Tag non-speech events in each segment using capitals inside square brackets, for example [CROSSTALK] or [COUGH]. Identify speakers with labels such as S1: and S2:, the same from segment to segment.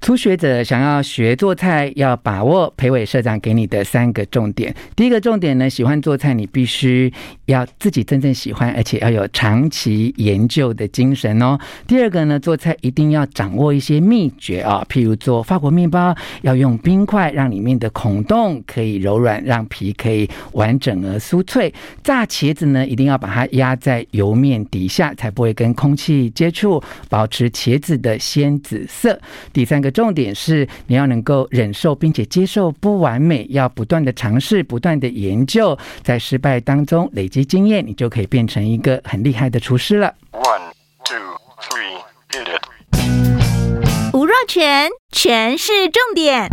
S1: 初学者想要学做菜，要把握裴伟社长给你的三个重点。第一个重点呢，喜欢做菜，你必须要自己真正喜欢，而且要有长期研究的精神哦。第二个呢，做菜一定要掌握一些秘诀啊、譬如做法国面包，要用冰块让里面的孔洞可以柔软，让皮可以完整而酥脆。炸茄子呢，一定要把它压在油面底下，才不会跟空气接触，保持茄子的鲜紫色。第三个重点是，你要能够忍受并且接受不完美，要不断的尝试，不断的研究，在失败当中累积经验，你就可以变成一个很厉害的厨师了。
S2: One, two, three, hit it.
S3: 吴若全，全是重点，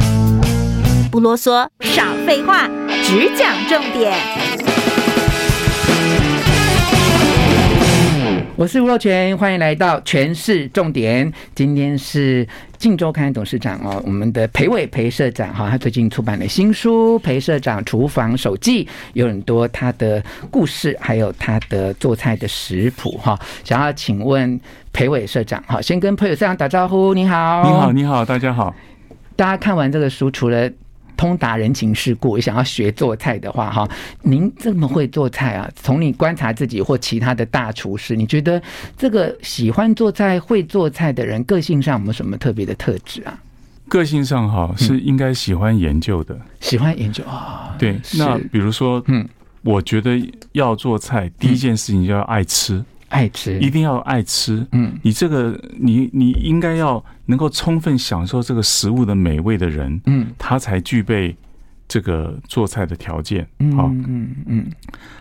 S3: 不啰嗦，少废话，只讲重点。
S1: 我是吴若全，欢迎来到《全市重点》。今天是《镜周刊》董事长哦，我们的裴伟裴社长哈、他最近出版了新书《裴社长厨房手记》，有很多他的故事，还有他的做菜的食谱哈、想要请问裴伟社长哈、先跟裴伟社长打招呼，你好，
S4: 你好，。你好，大家好。
S1: 大家看完这个书，除了通达人情世故，也想要学做菜的话，哈，您这么会做菜啊？从你观察自己或其他的大厨师，你觉得这个喜欢做菜、会做菜的人，个性上有没有什么特别的特质啊？
S4: 个性上
S1: 嗯
S4: 好是应该喜欢研究的，
S1: 喜欢研究啊、
S4: 对。
S1: 是
S4: 那比如说，
S1: 嗯，
S4: 我觉得要做菜，第一件事情就要爱吃，
S1: 爱吃，
S4: 一定要爱吃。
S1: 嗯，
S4: 你这个，你你应该要能够充分享受这个食物的美味的人，
S1: 嗯
S4: 他才具备这个做菜的条件。
S1: 嗯
S4: 好，
S1: 嗯嗯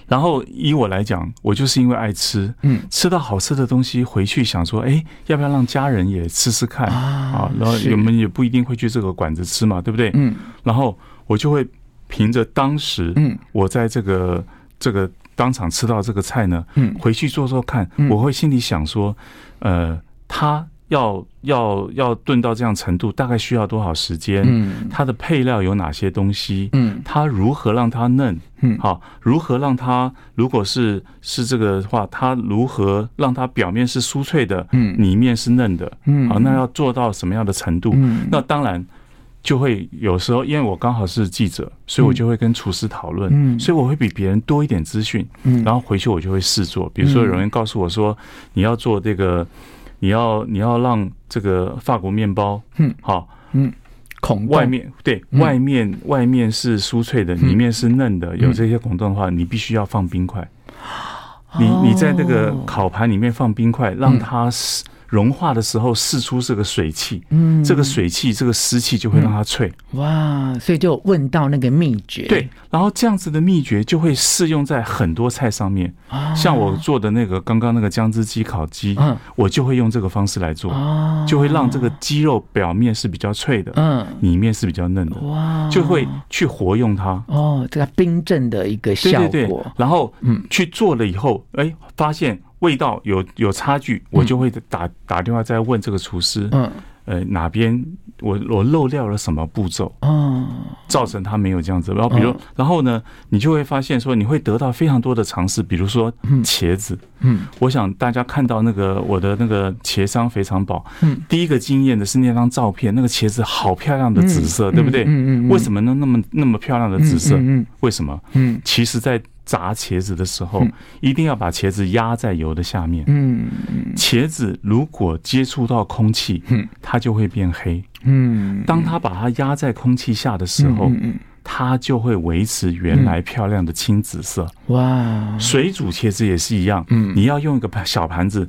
S4: 然后以我来讲，我就是因为爱吃，
S1: 嗯
S4: 吃到好吃的东西回去想说，哎，要不要让家人也吃吃看
S1: 啊
S4: 然后
S1: 是
S4: 我们也不一定会去这个馆子吃嘛，对不对？
S1: 嗯
S4: 然后我就会凭着当时
S1: 嗯
S4: 我在这个这个当场吃到这个菜呢，
S1: 嗯
S4: 回去做做看
S1: 嗯，
S4: 我会心里想说，呃，它要要要炖到这样程度，大概需要多少时间？
S1: 嗯
S4: 它的配料有哪些东西？
S1: 嗯
S4: 它如何让它嫩？
S1: 嗯，
S4: 好，如何让它如果是是这个的话，它如何让它表面是酥脆的，
S1: 嗯
S4: 里面是嫩的，
S1: 嗯
S4: 好，那要做到什么样的程度？
S1: 嗯
S4: 那当然就会有时候，因为我刚好是记者，所以我就会跟厨师讨论，
S1: 嗯
S4: 所以我会比别人多一点资讯，
S1: 嗯
S4: 然后回去我就会试做。比如说有人告诉我说，你要做这个，你要你要让这个法国面包，
S1: 嗯，
S4: 好，
S1: 孔洞
S4: 外面对
S1: 嗯
S4: 外面外面是酥脆的，里面是嫩的，有
S1: 嗯
S4: 这些孔洞的话，你必须要放冰块。你你在那个
S1: 哦
S4: 烤盘里面放冰块，
S1: 嗯
S4: 让它是融化的时候释出这个水汽，
S1: 嗯
S4: 这个水汽、这个湿气就会让它脆。
S1: 哇，所以就问到那个秘诀，
S4: 对，然后这样子的秘诀就会适用在很多菜上面，
S1: 啊，
S4: 像我做的那个刚刚那个姜汁鸡烤鸡，
S1: 嗯
S4: 我就会用这个方式来做，
S1: 啊
S4: 就会让这个鸡肉表面是比较脆的，
S1: 嗯
S4: 里面是比较嫩的，
S1: 哇，
S4: 就会去活用它。
S1: 哦，这个冰镇的一个
S4: 对
S1: 效
S4: 对
S1: 果，
S4: 对，然后
S1: 嗯
S4: 去做了以后，哎，发现味道有有差距，我就会打打电话再问这个厨师，
S1: 嗯
S4: 呃，哪边我我漏掉了什么步骤，
S1: 哦，
S4: 造成他没有这样子。然后比如
S1: 嗯，
S4: 然后呢，你就会发现说，你会得到非常多的尝试，比如说
S1: 嗯
S4: 茄子。
S1: 嗯
S4: 我想大家看到那个我的那个茄商肥肠堡，
S1: 嗯，
S4: 第一个惊艳的是那张照片，那个茄子好漂亮的紫色，
S1: 嗯
S4: 对不对？
S1: 嗯嗯嗯
S4: 为什么呢？那么那么漂亮的紫色，
S1: 嗯
S4: 为什么？
S1: 嗯
S4: 其实，在炸茄子的时候
S1: 嗯，
S4: 一定要把茄子压在油的下面。
S1: 嗯
S4: 茄子如果接触到空气
S1: 嗯，
S4: 它就会变黑。
S1: 嗯，
S4: 当它把它压在空气下的时候，
S1: 嗯嗯
S4: 它就会维持原来漂亮的青紫色。
S1: 哇，
S4: 水煮茄子也是一样，
S1: 嗯
S4: 你要用一个盘小盘子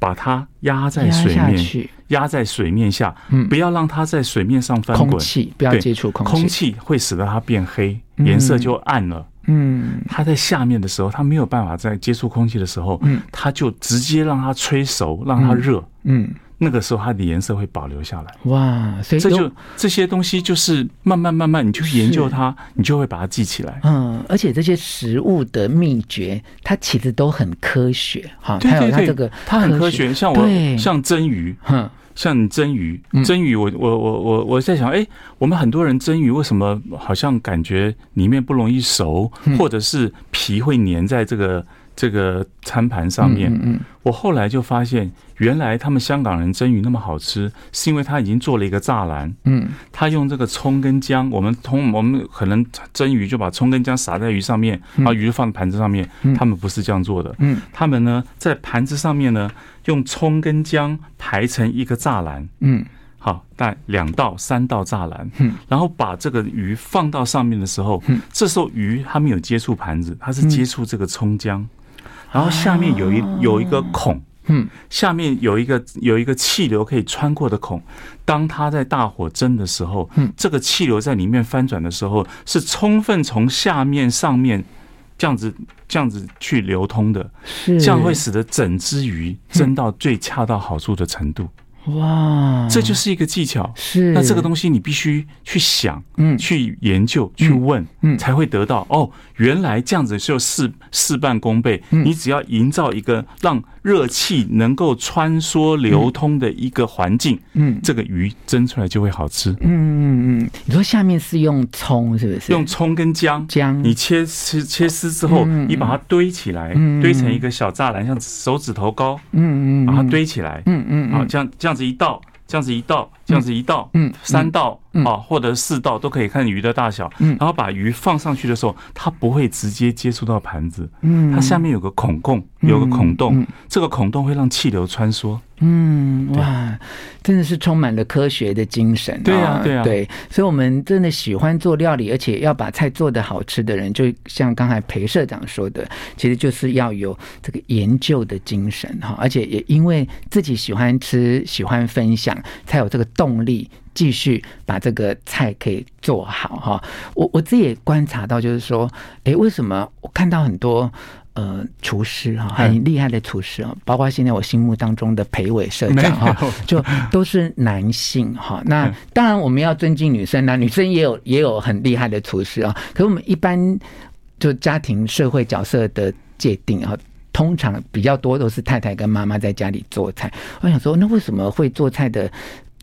S4: 把它压在
S1: 压
S4: 水
S1: 下
S4: 面，
S1: 去，
S4: 压在水面下，
S1: 嗯
S4: 不要让它在水面上翻
S1: 空
S4: 滚。
S1: 气不要
S4: 对
S1: 接触空
S4: 空
S1: 气，
S4: 气会使得它变黑，
S1: 嗯
S4: 颜色就暗了。
S1: 嗯
S4: 它在下面的时候，它没有办法在接触空气的时候，
S1: 嗯
S4: 它就直接让它吹熟，让它热。
S1: 嗯，哎
S4: 那个时候，它的颜色会保留下来。
S1: 哇，所以
S4: 这
S1: 有
S4: 就这些东西，就是慢慢慢慢，你去研究它，你就会把它记起来。
S1: 嗯，而且这些食物的秘诀，它其实都很科学哈，
S4: 对
S1: 它有
S4: 对
S1: 它
S4: 对，
S1: 这个，
S4: 啊它很科，学。像
S1: 对
S4: 我像蒸 [LAUGHS] 鱼，
S1: 哼，
S4: 像你蒸鱼
S1: 嗯，
S4: 蒸鱼我，我我我我在想，哎，我们很多人蒸鱼为什么嗯好像感觉里面不容易熟，或者是皮会粘在这个这个餐盘上面。
S1: 嗯嗯
S4: 我后来就发现，原来他们香港人蒸鱼那么好吃，是因为他已经做了一个栅栏，
S1: 嗯嗯
S4: 他用这个葱跟姜，我们通我们可能蒸鱼就把葱跟姜撒在鱼上面，
S1: 嗯
S4: 然后鱼就放盘子上面
S1: 嗯，
S4: 他们不是这样做的，
S1: 嗯
S4: 他们呢在盘子上面呢用葱跟姜排成一个栅栏，
S1: 嗯
S4: 好，大概两到三道栅栏
S1: 嗯，
S4: 然后把这个鱼放到上面的时候
S1: 嗯，
S4: 这时候鱼它没有接触盘子，它是接触这个葱姜，然后下面有一有一个孔，
S1: 嗯，
S4: 下面有一个有一个气流可以穿过的孔。当它在大火蒸的时候
S1: 嗯，
S4: 这个气流在里面翻转的时候，是充分从下面上面这样子这样子去流通的，
S1: 嗯是
S4: 这样会使得整只鱼蒸到最恰到好处的程度。
S1: 哇，
S4: 这就是一个技巧。
S1: 是
S4: 那这个东西你必须去想、
S1: 嗯
S4: 去研究、去问，
S1: 嗯
S4: 才会得到哦。原来这样子就事事半功倍。
S1: 嗯
S4: 你只要营造一个让热气能够穿梭流通的一个环境，
S1: 嗯
S4: 这个鱼蒸出来就会好吃。
S1: 嗯嗯嗯，你说下面是用葱是不是？
S4: 用葱跟姜。
S1: 姜
S4: 你切丝切丝之后
S1: 嗯嗯嗯，
S4: 你把它堆起来
S1: 嗯嗯，
S4: 堆成一个小栅栏，像手指头高，
S1: 嗯嗯嗯
S4: 把它堆起来。
S1: 嗯嗯
S4: 啊，
S1: 嗯
S4: 这样这样子一道，这样子一道，这样子一道，
S1: 嗯
S4: 三道
S1: 嗯
S4: 啊，或者四道都可以看鱼的大小，
S1: 嗯
S4: 然后把鱼放上去的时候，它不会直接接触到盘子，
S1: 嗯
S4: 它下面有个孔洞，有个孔
S1: 嗯
S4: 洞
S1: 嗯，
S4: 这个孔洞会让气流穿梭，
S1: 嗯，哇，真的是充满了科学的精神、
S4: 对啊对啊
S1: 对，所以我们真的喜欢做料理，而且要把菜做得好吃的人，就像刚才裴社长说的，其实就是要有这个研究的精神哈，而且也因为自己喜欢吃、喜欢分享，才有这个动力。继续把这个菜可以做好哈，我我自己也观察到，就是说，诶，为什么我看到很多呃厨师哈，
S4: 嗯
S1: 很厉害的厨师啊，包括现在我心目当中的裴伟社
S4: 没
S1: 长
S4: 有嗯
S1: 哈，
S4: [LAUGHS]
S1: 就都是男性哈。那当然我们要尊敬女生啦，女生也有也有很厉害的厨师啊。可我们一般就家庭社会角色的界定啊，通常比较多都是太太跟妈妈在家里做菜。我想说，那为什么会做菜的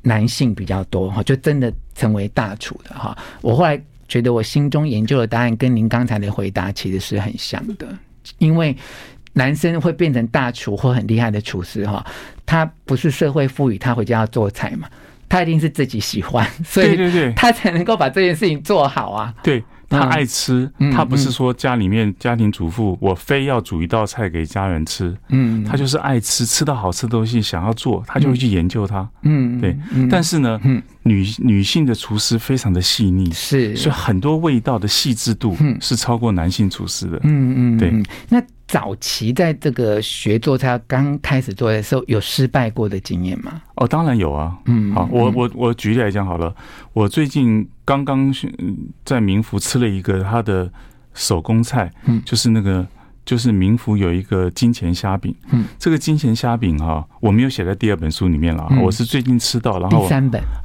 S1: 男性比较多哈？就真的成为大厨的哈？我后来觉得我心中研究的答案跟您刚才的回答其实是很像的，因为。男生会变成大厨或很厉害的厨师哈，他不是社会赋予他回家要做菜嘛，他一定是自己喜欢， [LAUGHS] 所
S4: 对
S1: 以
S4: 对对
S1: 他才能够把这件事情做好啊。
S4: 对。他爱吃
S1: 嗯，
S4: 他不是说家里面家庭主妇，我非要煮一道菜给家人吃，
S1: 嗯，
S4: 他就是爱吃，吃到好吃的东西想要做，他就会去研究它。
S1: 嗯，
S4: 对
S1: 嗯，
S4: 但是呢
S1: 嗯，
S4: 女女性的厨师非常的细腻，
S1: 是
S4: 所以很多味道的细致度
S1: 嗯
S4: 是超过男性厨师的。
S1: 嗯嗯，
S4: 对
S1: 嗯。那早期在这个学做菜刚开始做的时候，有失败过的经验吗？
S4: 哦，当然有啊。
S1: 嗯，
S4: 好，我我我举例来讲好了，我最近刚刚去嗯在民福吃了一个他的手工菜
S1: 嗯，
S4: 就是那个。就是民福有一个金钱虾饼，
S1: 嗯，
S4: 这个金钱虾饼哈、我没有写在第二本书里面了啊，
S1: 嗯
S4: 我是最近吃到，然后
S1: 第
S4: 我
S1: 三本，
S4: [LAUGHS]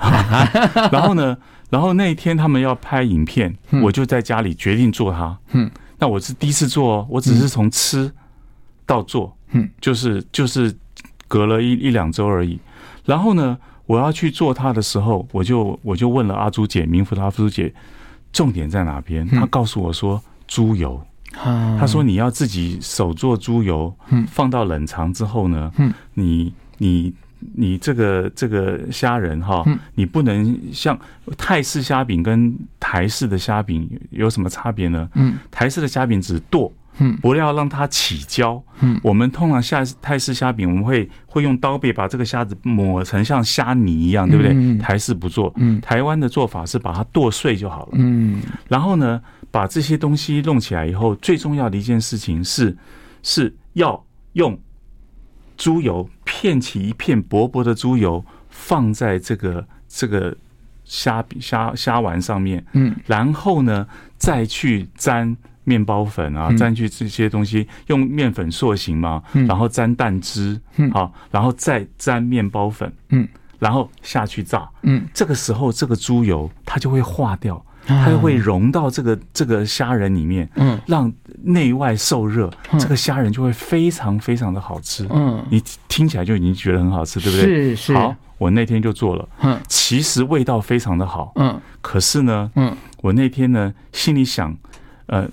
S4: 然后呢，然后那一天他们要拍影片，
S1: 嗯
S4: 我就在家里决定做它。
S1: 嗯，
S4: 那我是第一次做哦，我只是从吃到做，
S1: 嗯，
S4: 就是就是隔了一一两周而已。然后呢，我要去做它的时候，我就我就问了阿朱姐，民福的阿朱姐，重点在哪边？
S1: 嗯
S4: 她告诉我说猪油。
S1: 啊
S4: 她说你要自己手做猪油，
S1: 嗯
S4: 放到冷藏之后呢，
S1: 嗯
S4: 你你你这个这个虾仁哈，
S1: 嗯
S4: 你不能像泰式虾饼跟台式的虾饼有什么差别呢？
S1: 嗯
S4: 台式的虾饼只剁，
S1: 嗯
S4: 不要让它起胶。
S1: 嗯
S4: 我们通常下泰式虾饼，我们会会用刀背把这个虾子抹成像虾泥一样，对不对？
S1: 嗯嗯嗯
S4: 台式不做，
S1: 嗯
S4: 台湾的做法是把它剁碎就好了。
S1: 嗯
S4: 然后呢，把这些东西弄起来以后，最重要的一件事情是，是要用猪油片起一片薄薄的猪油，放在这个这个虾饼虾虾丸上面，
S1: 嗯
S4: 然后呢再去沾。面包粉啊，
S1: 嗯
S4: 沾去这些东西，用面粉塑形嘛，
S1: 嗯
S4: 然后沾蛋汁，
S1: 嗯
S4: 好、然后再沾面包粉，
S1: 嗯，
S4: 然后下去炸。
S1: 嗯，
S4: 这个时候，这个猪油它就会化掉，它嗯就会融到这个这个虾仁里面，
S1: 啊嗯
S4: 让内外受热
S1: 嗯，
S4: 这个虾仁就会非常非常的好吃。
S1: 嗯，
S4: 你听起来就已经觉得很好吃，对不对？
S1: 是是，
S4: 好，我那天就做了，
S1: 嗯
S4: 其实味道非常的好，
S1: 嗯
S4: 可是呢，
S1: 嗯
S4: 我那天呢心里想，呃，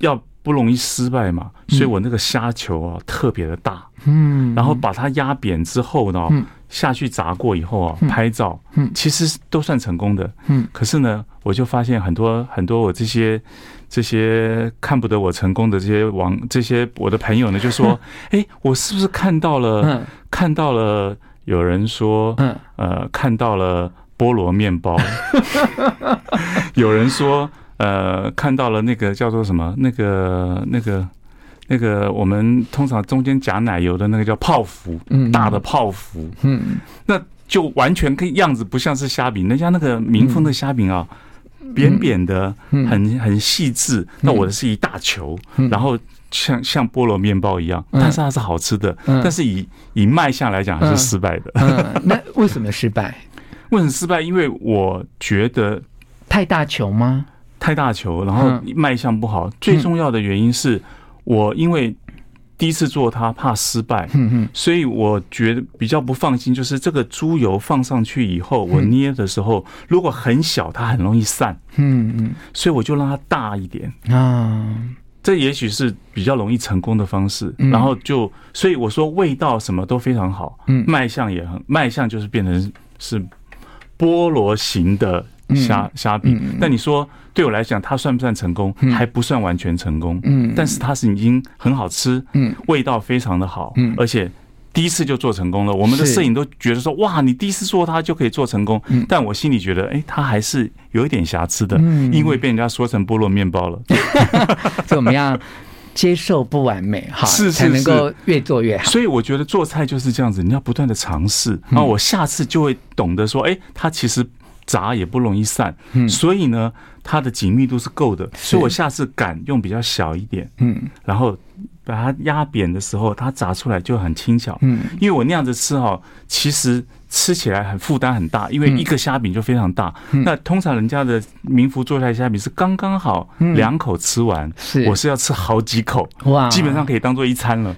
S4: 要不容易失败嘛，所以我那个虾球啊特别的大，
S1: 嗯，
S4: 然后把它压扁之后呢
S1: 嗯，
S4: 下去炸过以后啊，拍照
S1: 嗯，
S4: 其实都算成功的，
S1: 嗯，
S4: 可是呢，我就发现很多很多我这些这些看不得我成功的这些网这些我的朋友呢，
S1: [LAUGHS]
S4: 就说，哎，我是不是看到了
S1: 嗯
S4: 看到了有人说，
S1: 嗯
S4: 呃，看到了菠萝面包， [LAUGHS] 有人说，呃，看到了那个叫做什么，那个那个那个，我们通常中间夹奶油的那个叫泡芙，
S1: 嗯
S4: 大的泡芙，
S1: 嗯
S4: 那就完全跟样子不像是虾饼，人家那个民丰的虾饼啊。扁扁的，
S1: 嗯
S4: 很很细致。那我的是一大球，然后像像菠萝面包一样，
S1: 嗯
S4: 但是它是好吃的。
S1: 嗯
S4: 但是以以卖相来讲，还
S1: 嗯
S4: 是失败的。
S1: 嗯，那为什么失败？ [LAUGHS]
S4: 为什么失败？因为我觉得
S1: 太大球吗？
S4: 太大球，然后
S1: 嗯
S4: 卖相不好。最重要的原因是我因为第一次做它怕失败，
S1: 嗯
S4: 所以我觉得比较不放心，就是这个猪油放上去以后，我捏的时候如果很小，它很容易散，
S1: 嗯
S4: 所以我就让它大一点。
S1: 嗯啊，
S4: 这也许是比较容易成功的方式，
S1: 嗯
S4: 然后就所以我说味道什么都非常好，
S1: 嗯
S4: 卖相也很卖相就是变成是菠萝型的虾虾饼
S1: 嗯。
S4: 但你说对我来讲，它算不算成功？还不算完全成功，
S1: 嗯
S4: 但是它是已经很好吃，
S1: 嗯
S4: 味道非常的好
S1: 嗯，
S4: 而且。第一次就做成功了，我们的
S1: 是
S4: 摄影都觉得说哇，你第一次做它就可以做成功，但我心里觉得，哎，它还是有一点瑕疵的，
S1: 嗯
S4: 因为被人家说成菠萝面包了。
S1: 所以我们要 [LAUGHS] 接受不完美，哈，
S4: 是是
S1: 才能够越做越好。
S4: [LAUGHS] 所以我觉得做菜就是这样子，你要不断的尝试，
S1: 嗯
S4: 然后我下次就会懂得说，哎、它其实炸也不容易散，
S1: 嗯
S4: 所以呢，它的紧密度是够的，所以我下次敢用比较小一点，
S1: 嗯
S4: 然后把它压扁的时候，它炸出来就很轻巧，
S1: 嗯，
S4: 因为我那样子吃哈，其实吃起来很负担很大，
S1: 嗯
S4: 因为一个虾饼就非常大，那通常人家的民福做出来的虾饼是刚刚好两口吃完，
S1: 嗯是啊
S4: 我是要吃好几口，
S1: 哇
S4: 基本上可以当做一餐了。